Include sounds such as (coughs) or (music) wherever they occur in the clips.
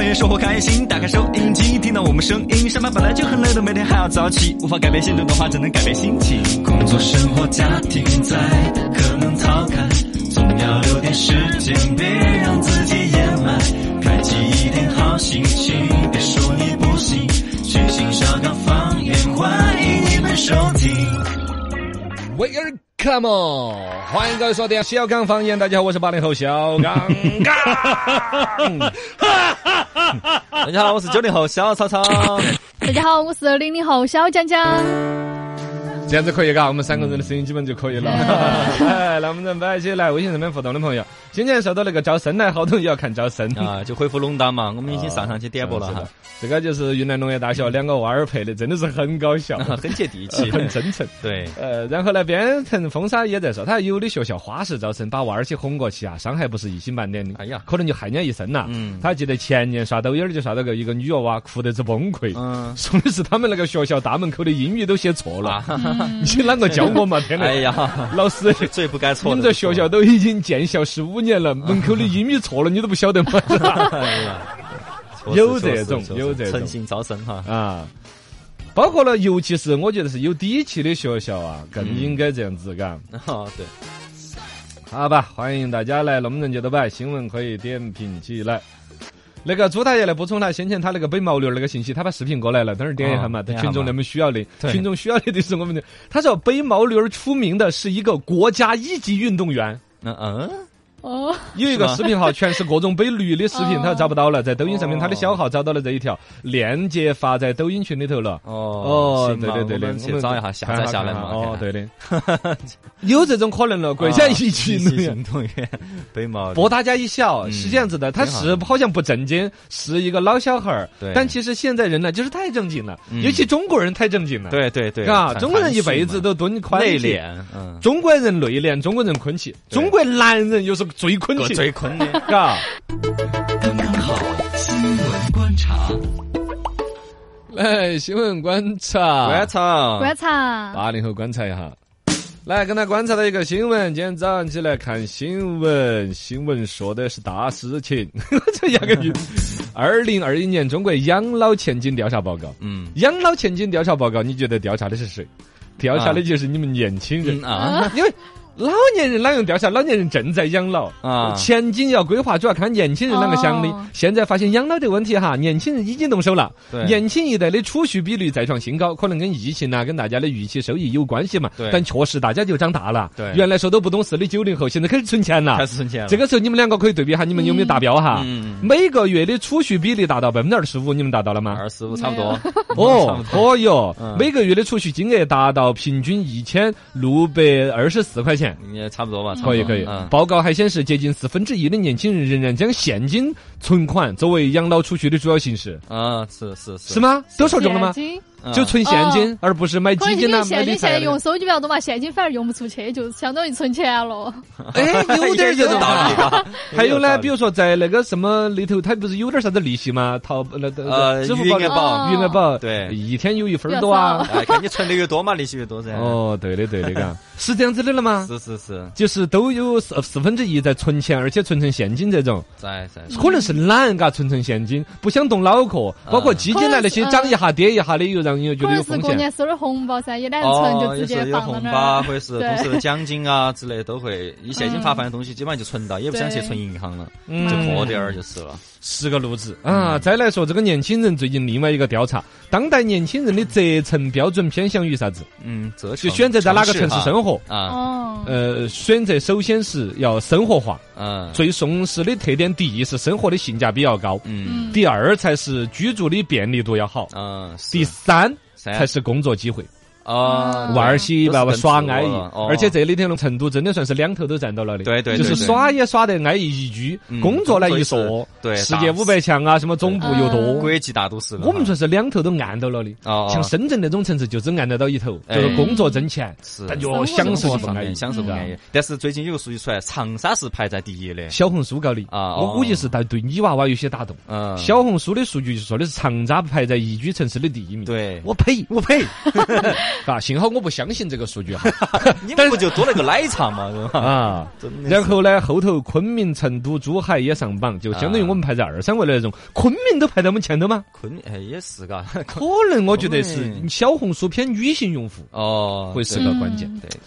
天生活开心，打开收音机，听到我们声音。上班本来就很累的，每天还要早起，无法改变现状的话，只能改变心情。工作、生活、家庭在，可能逃开，总要留点时间，别让自己掩埋。开启一点好心情，别说你不行，全新小岗方言，欢迎你们收听。 Welcome on，欢迎各位收听小刚方言。大家好，我是八零后 (laughs) 小刚。大家好，我是九零后小曹操。大家好，我是零零后小江江。这样子可以嘎，我们三个人的声音基本就可以了。嗯哎，那我们再摆起 (laughs) 来，微信上面互动的朋友，今天受到那个招生呢，好多人要看招生。 (laughs) 啊，就恢复垄断嘛，我们已经上上去点播了是的哈， (laughs) 这个就是云南农业大学两个娃儿配的，真的是很 (laughs) 搞笑，很接地气，很真诚。 (laughs) 对。呃，然后呢，边城风沙也在说，他说有的学校花式招生，把娃儿些哄过去啊，伤害不是一星半点的，哎呀可能就害人家一生呐、嗯他记得前年刷抖音儿就刷到个一个女娃娃，哭得直崩溃。 (laughs) 嗯，说的是他们那个学校大门口的英语都写错啊了， (laughs) 你啷个教我嘛？天 (laughs) 哪！哎呀，老师，最不该错你的。们这学校都已经建校十五 (laughs) 年了，门口的英语错了，你都不晓得吗？是吧错失有这种哎错失有这种诚信招生哈。(laughs) (laughs) 啊，包括了，尤其是我觉得是有底气的学校啊，更嗯应该这样子，嘎、哦，对，好吧，欢迎大家来龙门阵就摆，新闻可以点评起来。那个朱大爷来补充他先前他那个背毛驴儿那个信息，他把视频过来了，等会儿点一下嘛。哦等点一下群众嘛那么需要的，对群众需要的就是我们的。他说背毛驴儿出名的是一个国家一级运动员，嗯嗯，哦，有一个是吗视频号全是各种背驴的视 (laughs) 频，哦他找不到了，在抖音上面哦他的小号找到了这一条链接发在抖音群里头了。哦对对对我对，们去找一下，下载下来嘛。哦，看看 (laughs) 对，的，有这种可能了，国家啊一级运动员。运动员，北毛博大家一笑是这样子的，嗯他挺好是好像不正经，是一个老小孩儿对，但其实现在人呢，就是太正经了，嗯尤其中国人太正经了，对对对，啊，很中国人一辈含蓄子嘛都蹲宽内起，敛，嗯，中国人内敛，中国人坤气，对中国男人又是最坤个气，最坤的。 (laughs) 嘎。刚刚好，哎新闻观察，来，哎新闻观察，观啊察，观察，八零后观察一下。来，跟他观察到一个新闻，今天早上起来看新闻，新闻说的是大事情， (laughs) 这押个韵。二零二一年中国养老前景调查报告，嗯养老前景调查报告，你觉得调查的是谁？调查的就是你们年轻人嗯，啊因为老年人哪用调查？老年人正在养老。啊，前景要规划，主要看年轻人啷个想的。哦现在发现养老这个问题哈，年轻人已经动手了。对年轻一代的储蓄比率再创新高，可能跟疫情呐、跟大家的预期收益有关系嘛。对但确实大家就长大了。对原来说都不懂事的九零后，现在开始存钱了开。始存钱了。啊这个时啊候你们两个可以对比一下，你们有没有达标哈？嗯，每个月的储蓄比例达到百分之二十五，你们达到了吗？二十五差不多。哦，可以哦嗯，每个月的储蓄金额达到平均一千六百二十四块钱。也差不多吧，差不可多以可以嗯，，报告还显示，接近四分之一的年轻人仍然将现金存款作为养老储蓄的主要形式，啊，是是是，是？吗？都说中了吗？金，嗯就存现金，而不是买可是基你金呐、买现理金现财在啊。用手机比较多嘛，现金反而用不出去，就相当于存钱了。哎，有点这有种道理。吧？ (laughs) 还有呢，比如如说在那个什么里头，它不是有点啥子利息吗？淘那呃，支付余宝额的、宝，余额宝，对一天有一分儿多啊。 (laughs) 哎，看你存的越多嘛，利息越多噻。，哦，对的对的，嘎，是这样子的了吗？是是是，就是都有四四分之一在存钱，而且存成现金这种。在在，可能是懒，嘎，存成现金，不想动脑壳，包括基金呐那些可能是涨一下跌一下的，又让人觉得可能 (laughs) 有是风过险。年收点红包噻，也懒得存，哦，就有直时候接有放到红那包儿。或者是对嗯公司的奖金啊之类，都会以现金发放的东西，基本上就存到，也不想去对存银行了，嗯就搁点儿就是了。是个路子啊！再来说这个年轻人最近另外一个调查，当代年轻人的择城标准偏向于啥子？嗯，择就选择在哪个城市生活？活啊？哦，呃，选择首先是要生活化，嗯最重视的特点，第一是生活的性价比要高，嗯嗯，第二才是居住的便利度要好，嗯，第是三三才是工作机会。啊，玩儿些娃娃耍安都逸是奔驰了哦，而且这两天成都真的算是两头都占到了的。对对对就是对耍也耍得安逸宜居嗯，工作呢一说，对世界五百强啊，什么总部又嗯多，国际大都市了哈，我们算是两头都按到了的。哦，像深圳那种城市，就只按得到一头，哎就是工作挣钱，是但生就活享受生不活安逸。享受不嗯安逸。但是最近有个数据出来，长沙是排在第一的。小红书搞的啊我估计是对对你娃娃有些打动。嗯，小红书的数据就说的是长沙排在宜居城市的第一名。对， (laughs) 我呸！我呸！啊，幸好我不相信这个 (laughs) 数据哈你们但是不就多了个奶茶嘛，对吧？啊。真的是然后呢，后头昆明、成都、珠海也上榜，就啊相当于我们排在二三位的那种。昆明都排在我们前头吗？昆明哎也是嘎，可能我觉得昆是明小红书偏女性用户哦，会是个关键。嗯对对，对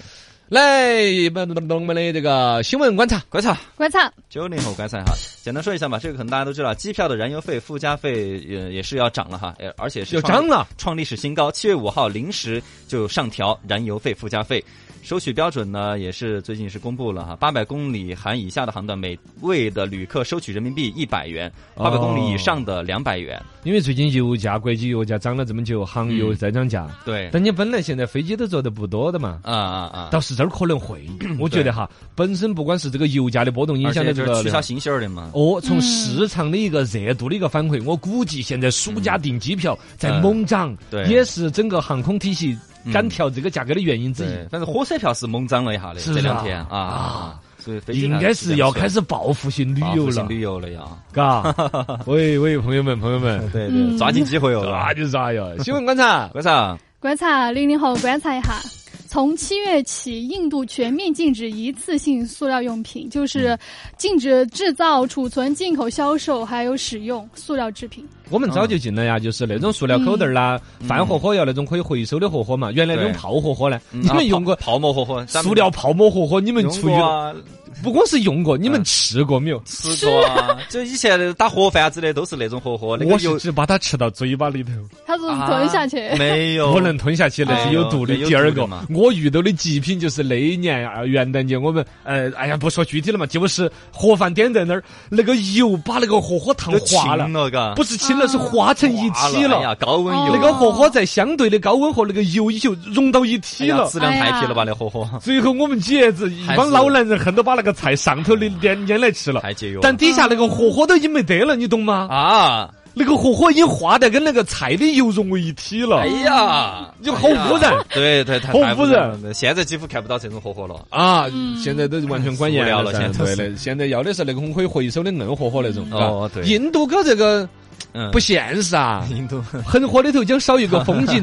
来，我们的这个新闻观察，观察观察，九零后观察哈，简单说一下吧，这个可能大家都知道，机票的燃油费、附加费也也是要涨了哈，呃而且是有创涨了，创历史新高，七月五号零时就上调燃油费、附加费。收取标准呢，也是最近是公布了哈，八百公里含以下的航段，每位的旅客收取人民币一百元；八百哦公里以上的两百元。因为最近油价、国际油价涨了这么久，航油在涨价，对，但你本来现在飞机都坐的不多的嘛。啊啊啊！倒是这儿可 (coughs) 能会，我觉得哈，本身不管是这个油价的波动影而响且的这就哦个是取啊量消行线儿的嘛。哦，从市场的一个热度的一个反嗯馈，我估计现在暑假订机票在猛涨，对也是整个航空体系敢嗯调这个价格的原因之对一，。但是火车票是猛涨了一下的，是这两吧天啊啊，所以飞机应票该是要开始始报复性旅这样游说报复性了，旅游了呀。嘎。 (laughs) 喂喂，朋友们，朋友们，对嗯对，抓紧机会哦。那就是 (laughs) 啥呀？新闻观察，为啥？观察零零后观察一下，从七月起，印度全面禁止一次性塑料用品，嗯就是禁止制造、储存、进口、销售还有使用塑料制品。我们早就禁了呀，就是那种塑料口袋儿啦、嗯饭盒盒呀那种可以回收的盒盒嘛。原来那种对泡盒盒呢，嗯你啊们用过泡泡沫火火，咱们塑料泡沫盒盒，你们出用于过啊不光是用过，你们嗯吃过没有？吃过啊，就以前打盒饭啊之类都是那种盒盒，那我个是油 (laughs) 只把它吃到嘴巴里头。它是啊吞下去， (laughs) 没有，不能吞下去，那是有毒的。哎呦第二有毒个的嘛，我遇到的极品就是那一年啊元旦节，我们呃，哎呀，不说具体了嘛，就是盒饭点在那儿，那个油把那个盒盒烫都化了清，了，嘎，不是清了，啊是化成一化体哎了。哦呀，高温油，那个盒盒在相对的高温和那个油就融到一哎体呀了。质量太撇了吧，那盒 (laughs) 盒最后我们几爷子一还是帮老男人恨都把那个菜上头的连连来吃了。太节约了。但底下那个盒盒都已经没得了，你懂吗？啊，那个盒盒已经化得跟那个菜的油融为一体了哎。呀，就好污染哎呀对对，太好太污染了。现在几乎看不到这种盒盒了。啊，嗯现在都完全管严塑嗯料了现在对是的，现在要的是那种可以回收的硬货货那种。哦嘎对印度搞这个嗯，不现实 (laughs) 啊，印度，恒河里头将少一个风景。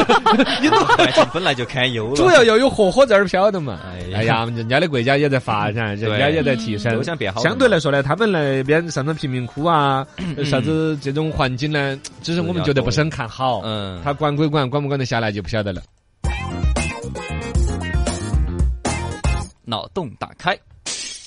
(laughs) 印度本来就堪忧了，主要要有火火在那儿飘的嘛哎。呀哎呀，人家的国家也在发展，人家对也在提升都。想变好了嘛。相对来说呢，他们那边上的贫民窟啊，啥子这种环境呢，只是我们觉得不是很看好。嗯，他管归管，管不管得下来就不晓得了。脑洞打开，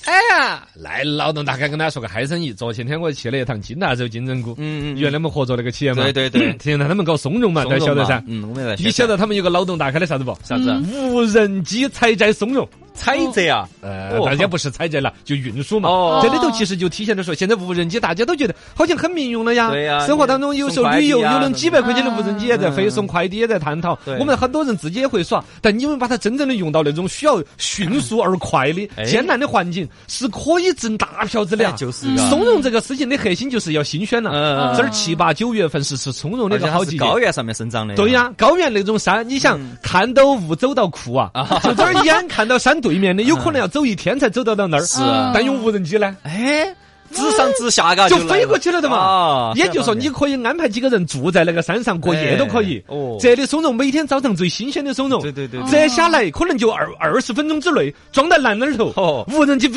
哎呀，来脑洞大概跟大家说个嗨生意。昨前天我去了一趟金大洲金针菇，嗯原来我们合作那个企业嘛，对对 (laughs) 对 (clears throat) 天天他们搞松茸嘛，大家晓得 (laughs) 噻。嗯，我们来学你晓得他嗯们有个脑洞大开的啥子不？啥子啊？无人机采摘松茸，采摘啊？呃，哦大家不是采摘了，就运输嘛。哦这里头其实就体现着说，现在无人机大家都觉得好像很民用了呀。对呀生活当中有时候旅游，送快递啊有人几百块钱的无人机也在飞，嗯送快递也在探讨。对我们很多人自己也会耍，但你们把它真正的用到那种需要迅速而快的哎艰难的环境，是可以挣大票子的呀哎。就是个松茸这个事情的核心就是要新鲜了。嗯这儿七八九月份是吃松茸的一而且个它好是季节。高原上面生长的。啊对呀、高原那种山，你想嗯看到雾走到 (laughs) 哭啊，就这儿眼看到山对面的，有可能要走一天才走得到那儿。是啊但用无人机呢，哎，直上直下嘎就来飞过去了的嘛啊。也就是说，你可以安排几个人住在那个山上过夜都可以哎。哦这里松茸每天早上最新鲜的松茸对，对对，哦摘下来可能就二二十分钟之内装在篮篮头哦，无人机呜，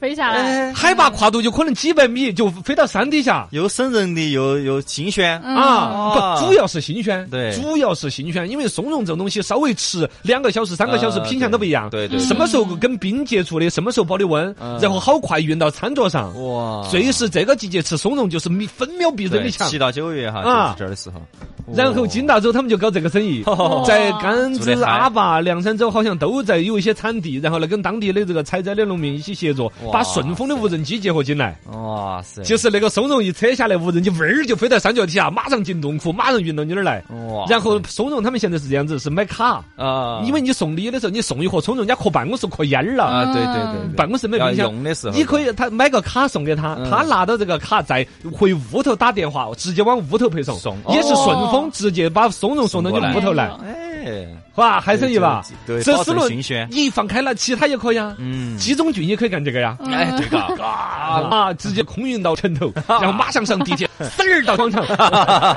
飞下来。海拔跨度就可能几百米就飞到山底下。又生人的又又新鲜，嗯啊，哦不，主要是新鲜，对主要是新鲜，因为松茸这种东西稍微吃两个小时、三个小时，呃品相都不一样。对对对什么时候跟冰接触的，什么时候保的温，嗯啊然后好快运到餐桌上。哇，最是这个季节吃松茸，就是米分秒必争对的强七。到九月哈，就啊是这儿的时候。然后金大洲他们就搞这个生意，哦在甘做孜、得嗨阿坝、凉山州好像都在有一些产地，然后呢跟当地的这个采摘的农民一起协作，哇把顺丰的无人机结合进来。哇塞，就是那个松茸一扯下来，无人机嗡儿就飞到山脚底下，马上进洞窟，马上运到你那儿来。哇，然后松茸他们现在是这样子，是买卡，啊，因为你送礼的时候，你送一盒松茸，人家壳办公室壳烟儿了，啊，对对啊对对，办公室没要冰箱。用的时候，你可以，他买个卡送给他，嗯他拿到这个卡再回屋头打电话，直接往屋头配送，送也是顺哦丰直接把松茸送到送你过来屋头来。哎呦哎，哇，还剩一把就，对这保思持路新鲜你放开了，其他也可以啊。嗯，集中菌也可以干这个呀。哎，对嘎，啊啊！直接空运到城头，然后马上上地铁，嗖儿到广场，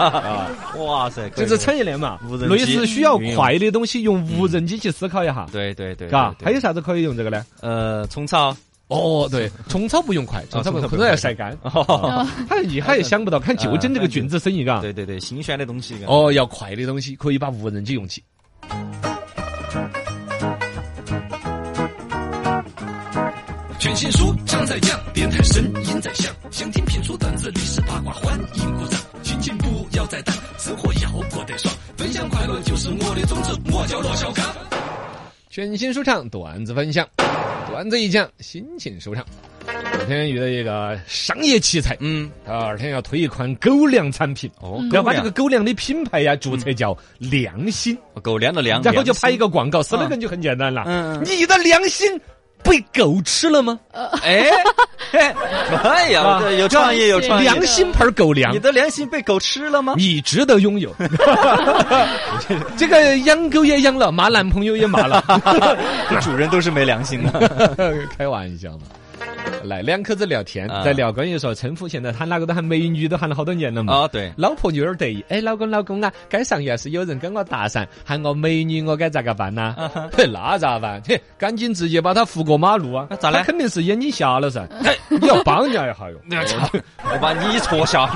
(laughs) 哇塞，就是产业链嘛无。人机类似需要快的东西，用无人机去思考一下，对对对，嘎。对还对有啥子可以用这个呢？呃，虫草，哦，对，虫草不用快，啊虫草不用快，虫草要晒干。哦他一下也想不到，看就整这个菌子生意，(laughs) 嘎。对对对，新鲜的东西，啊嘎，哦，要快的东西可以把无人机用起。全新书trang在酱，电台声音在响，想听评书段子、历史八卦，欢迎鼓掌。心情不要再淡，生活要过得爽，分享快乐就是我的宗旨。我叫罗小刚。全新舒畅，段子分享，段子一讲，心情舒畅。昨天遇到一个商业奇才，嗯，他二天要推一款狗粮产品，哦，嗯要狗把粮这个狗粮的品牌呀注册叫良心，哦狗粮的粮，然后就拍一个，个广告，slogan 就很简单了。 (laughs) 嗯，你的良心被狗吃了吗？哎，嘿 (laughs) 哎呀，啊这有创意，有创意，良心牌狗粮哦你，的哦良心被狗吃了吗？你值得 (laughs) 拥有。这个养狗也养了，骂男朋友也 (laughs) 骂了，这主人都是没良心 (laughs) 的，开玩笑嘛。来，两口子聊天，啊在聊关于说称呼，现在喊哪个都喊美女，都喊了好多年了嘛。啊，对，老婆就有点得意，哎，老公老公啊，街上要是有人跟我搭讪，喊我美女，我该咋个办啊呢？嘿，那咋办？嘿，赶紧直接把他扶过马路啊！那咋嘞他肯定是眼睛 (laughs) 瞎了噻，哎你要帮人家一下哟。 (laughs) 我把你戳瞎，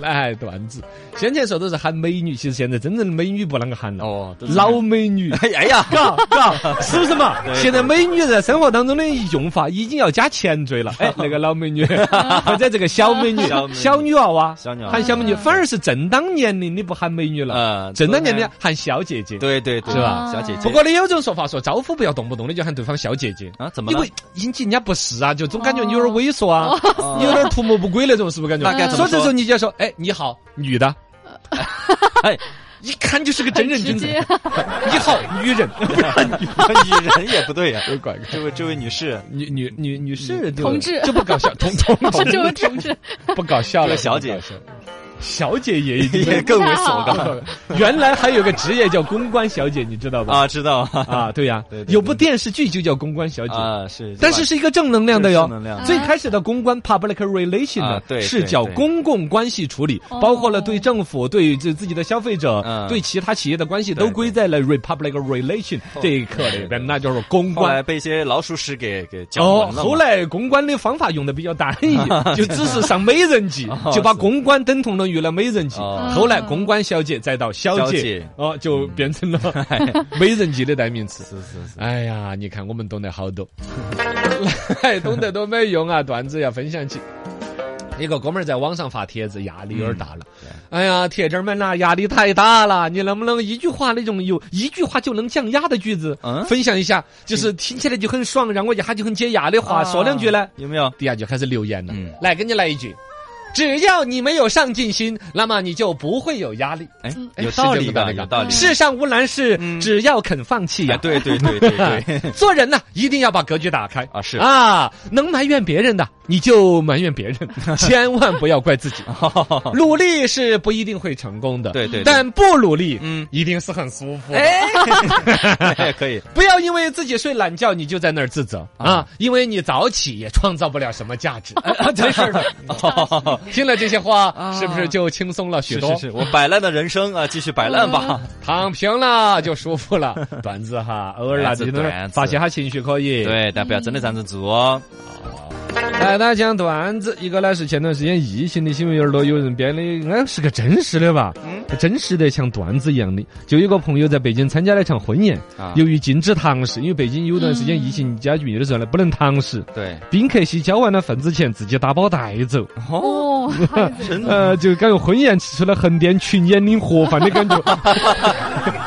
来，哎段子，先前说都是喊美女，其实现在真正的美女不啷个喊了，哦都是老美 (laughs) 女。哎哎呀，嘎嘎，是不是嘛？对现在美女在生活当中的用法已经要加前缀 (laughs) 了。哎，那个老美女，或者这个小美女小、美女小女娃娃，小女娃娃喊小美女，反而是正当年龄的不喊美女了，呃，正当年龄喊小姐姐。对对对，是啊吧小姐姐，不过呢，有种说法说招呼不要动不动的就喊对方小姐姐，啊，怎么因了 (laughs) 为？引起人家不适啊，就总感觉你有点猥琐啊，哦你 (laughs) 有点图谋不轨那种，是不是感那该觉？怎所么以这时候说你就要说，哎，你好，女的，哎，一看就是个真人直君子，接你好，女人，女人也不对呀，怪这位这位女 (laughs) 士，女女女女士就同志就不搞笑，同同同就是同志，不搞笑这了，个小姐不搞笑，小姐也已 (laughs) 也经更猥琐不太嘎，原来还有个职业叫公关小姐，你知道吧？啊，知 (laughs) 道啊对呀、对对对有部电视剧就叫公关小姐，啊，是，但是是一个正能量的是哟正能。量最开始的公关 （public relation） 呢啊，对是叫公共关系处理，对对包括了对政府、对这自己的消费者、嗯对其他企业的关系，对哦都归在了 republic relation 这一课里边，那就是公后来关。被一些老鼠屎给给搅哦浑，了嘛。哦后来公关的方法用的比较单 (laughs) 一，就只是上美人计，就把公关等同于了美人计。哦后来公关小姐再到小小姐姐，嗯哎哦，就变成 (laughs) 了美人计的代名词。是是是，哎呀，你看我们懂得好多，来懂得多没用啊！段子要分享起。一个哥们儿在网上发帖子，压力有点大了。嗯哎呀，铁子们呐、压力太大了，你能不能一句话那种有一句话就能降压的句子、嗯分享一下？就是听起来就很爽，让我一下就很解压的话，说两句呢？有没有？底下就开始留言了。啊嗯来，给你来一句：只要你没有上进心，那么你就不会有压力。哎嗯，有是道这理么个的，那有个道理。世上无难事，嗯只要肯放弃啊，呀。对对对对 (laughs) 对，做人呢，一定要把格局打开。啊是，啊，能埋怨别人的，你就埋怨 (laughs) 别人，千万不要怪自己。努力是不一定会成功的，哦对对对但不努力，嗯一定是很舒服。哎，可以，不要因为自己睡懒觉，你就在那儿自责啊啊，因为你早起也创造不了什么价 (laughs) 值。没事儿的， (laughs) 听了这些话，是不是就轻松了许啊是多嗯是？是，我摆烂的人生啊，继续摆烂吧。躺平了就舒服了。 (laughs) 段子哈，偶尔啦，段子你都段子发泄下情绪可以。。对，但不要真的这样子做哦。来，哎大家讲段子，一个呢是前段时间疫情的新闻有点多，有人编的，应该是个真实的吧？嗯真实的像段子一样的。就有个朋友在北京参加了一场婚宴，啊由于禁止堂食，因为北京有段时间疫情加剧的时候呢，不能堂食。对，宾客席交完了份子钱，自己打包带走，哦，真的呃，就感觉婚宴吃出了横店群演领盒饭的感觉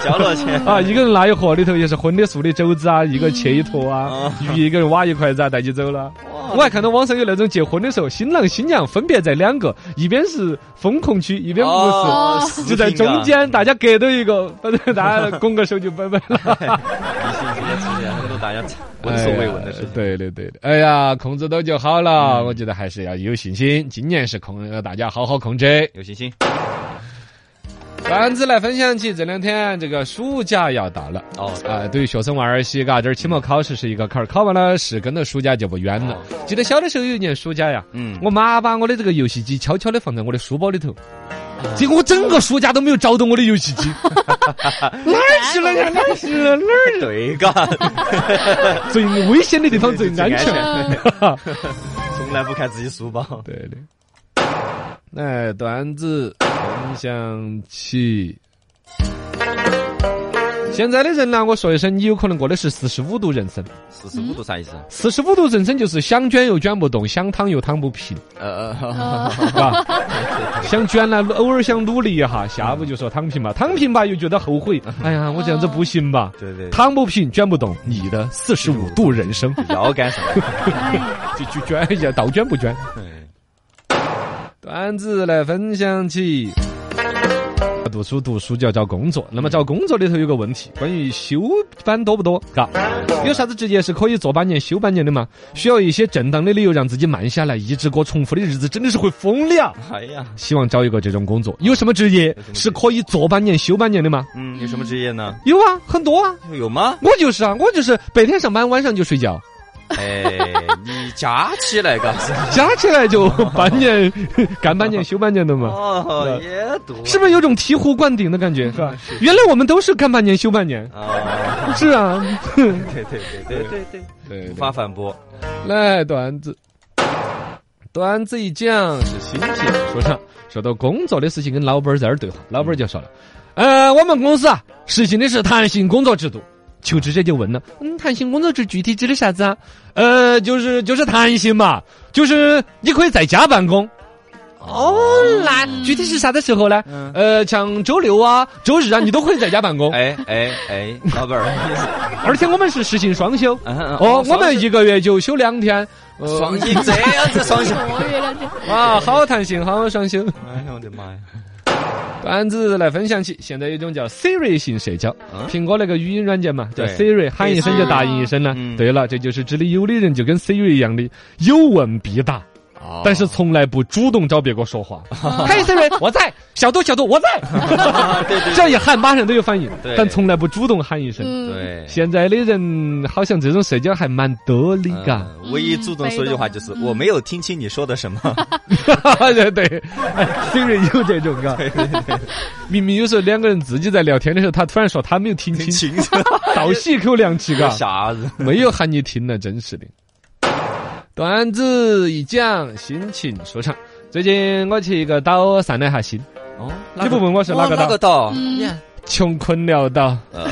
交了钱 (laughs) 啊！一个人拿一盒里头也是荤的、素的肘子啊，一个切一坨啊，嗯鱼一个人挖一筷子啊，带起走了。我还看到网上有那种结婚的时候，新郎新娘分别在两个，一边是风控区，一边不是，哦是就在中，间，大家隔到一个，反正大家拱个手就拜拜了。一些这些之前都大家闻所嗯未闻的事哎呀情。对的对的。哎呀，控制到就好了，我觉得还是要有信心。今年是控，呃大家好好控制。有信心，段子来分享起，这两天这个暑假要到了。哦，啊，对于学生娃儿些，嘎，这儿期末考试是一个坎儿，考完了试，跟着暑假就不远了。记得小的时候有一年暑假呀，嗯我妈把我的这个游戏机悄悄的放在我的书包里头，结果我整个暑假都没有找到我的游戏机，哪儿去了呀？哪儿去了？哪儿去了？对嘎，最危险的地方最安全。从来不看自己书包。对的。那段子分享起。现在的人呢，我说一声，你有可能过的是四十五度人生。四十五度啥意思？啊四十五度人生就是想卷又卷不动，想躺又躺不平，呃，呃，是吧？想卷呢，偶尔想努力一下，下午就说躺平吧，躺平吧又觉得后悔，哎呀，我这样子不行吧？ (laughs) 对对，躺不平，卷不动，你的四十五度人生要干啥？就就卷一下，倒卷不卷？嗯段子来分享起。读书读书就要找工作，那么找工作里头有个问题，关于休班多不多？嘎，有啥子职业是可以做半年休半年的吗？需要一些正当的理由让自己慢下来，一直过重复的日子真的是会疯的呀！ (laughs) 哎呀，希望找一个这种工作。有什么职业什么职业是可以做半年休半年的吗？嗯，有什么职业呢？有啊，很多啊，有吗？我就是啊，我就是白天上班，晚上就睡觉，哎，你加起来嘎是？加起来就 (laughs) 半年干半年休半年的嘛。哦，也多。是不是有种醍醐灌顶的感觉？是吧？原来我们都是干半年休半 (laughs) 年。啊，是啊，对对对对对对，对无法反驳。来段子，段子一讲是新节说唱，说到工作的事情跟老板儿在那儿对话，老板儿就说了，呃，我们公司啊实行的是弹性工作制度。求职者就问了，嗯，弹性工作制具体指的啥子啊？呃，就是就是弹性嘛，就是你可以在家办公。哦，那具体是啥的时候呢？嗯呃，像周六啊、周日啊，你都可以在家办公。哎哎哎，老板 (laughs) 儿，而且我们是实行双休。哦哦，我们一个月就休两天，呃双一这样子双休。我月亮这哇，好弹性，好双休。哎呀，我的妈呀！段子来分享起，现在有一种叫 Siri 型社交，嗯苹果那个语音软件嘛，叫对 Siri，喊一声就答应一声了啊嗯。对了，这就是智力有的人就跟 Siri 一样的，有问必答，哦但是从来不主动找别个 (laughs) 说话。嗨，Siri，我在，小度，小度，我在，啊， (laughs) 对对这样一喊，马上都有反应对，但从来不主动喊 (laughs) 一声。嗯，对，现在的人好像这种社交还蛮啊多的，嘎。嗯唯一主动说一句话就是嗯我没有听清你说的什 (laughs) 么。对对，哎，Siri 有这种啊。明明有时候两个人自己在聊天的时候，他突然说他没有听 (laughs) 清，清楚倒吸一口凉气，嘎，啥子？没有喊你听了，真是的。段子一讲，心情舒畅。最近我去一个岛散了一下心，哦，你不问我是哪个哪岛哦个？呃岛？嗯穷困潦倒。嗯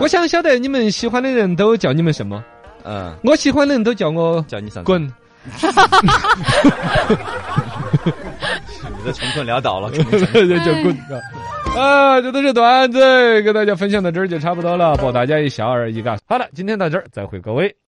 我想晓得你们喜欢的人都叫你们什么？ (laughs) 嗯，我喜欢的人都叫我叫你啥？！滚。你的穷困潦倒 (laughs) 了，人叫棍子。啊，这都是段子，跟大家分享到这儿就差不多了，博大家一笑而已，嘎。好了，今天到这儿，再会各位。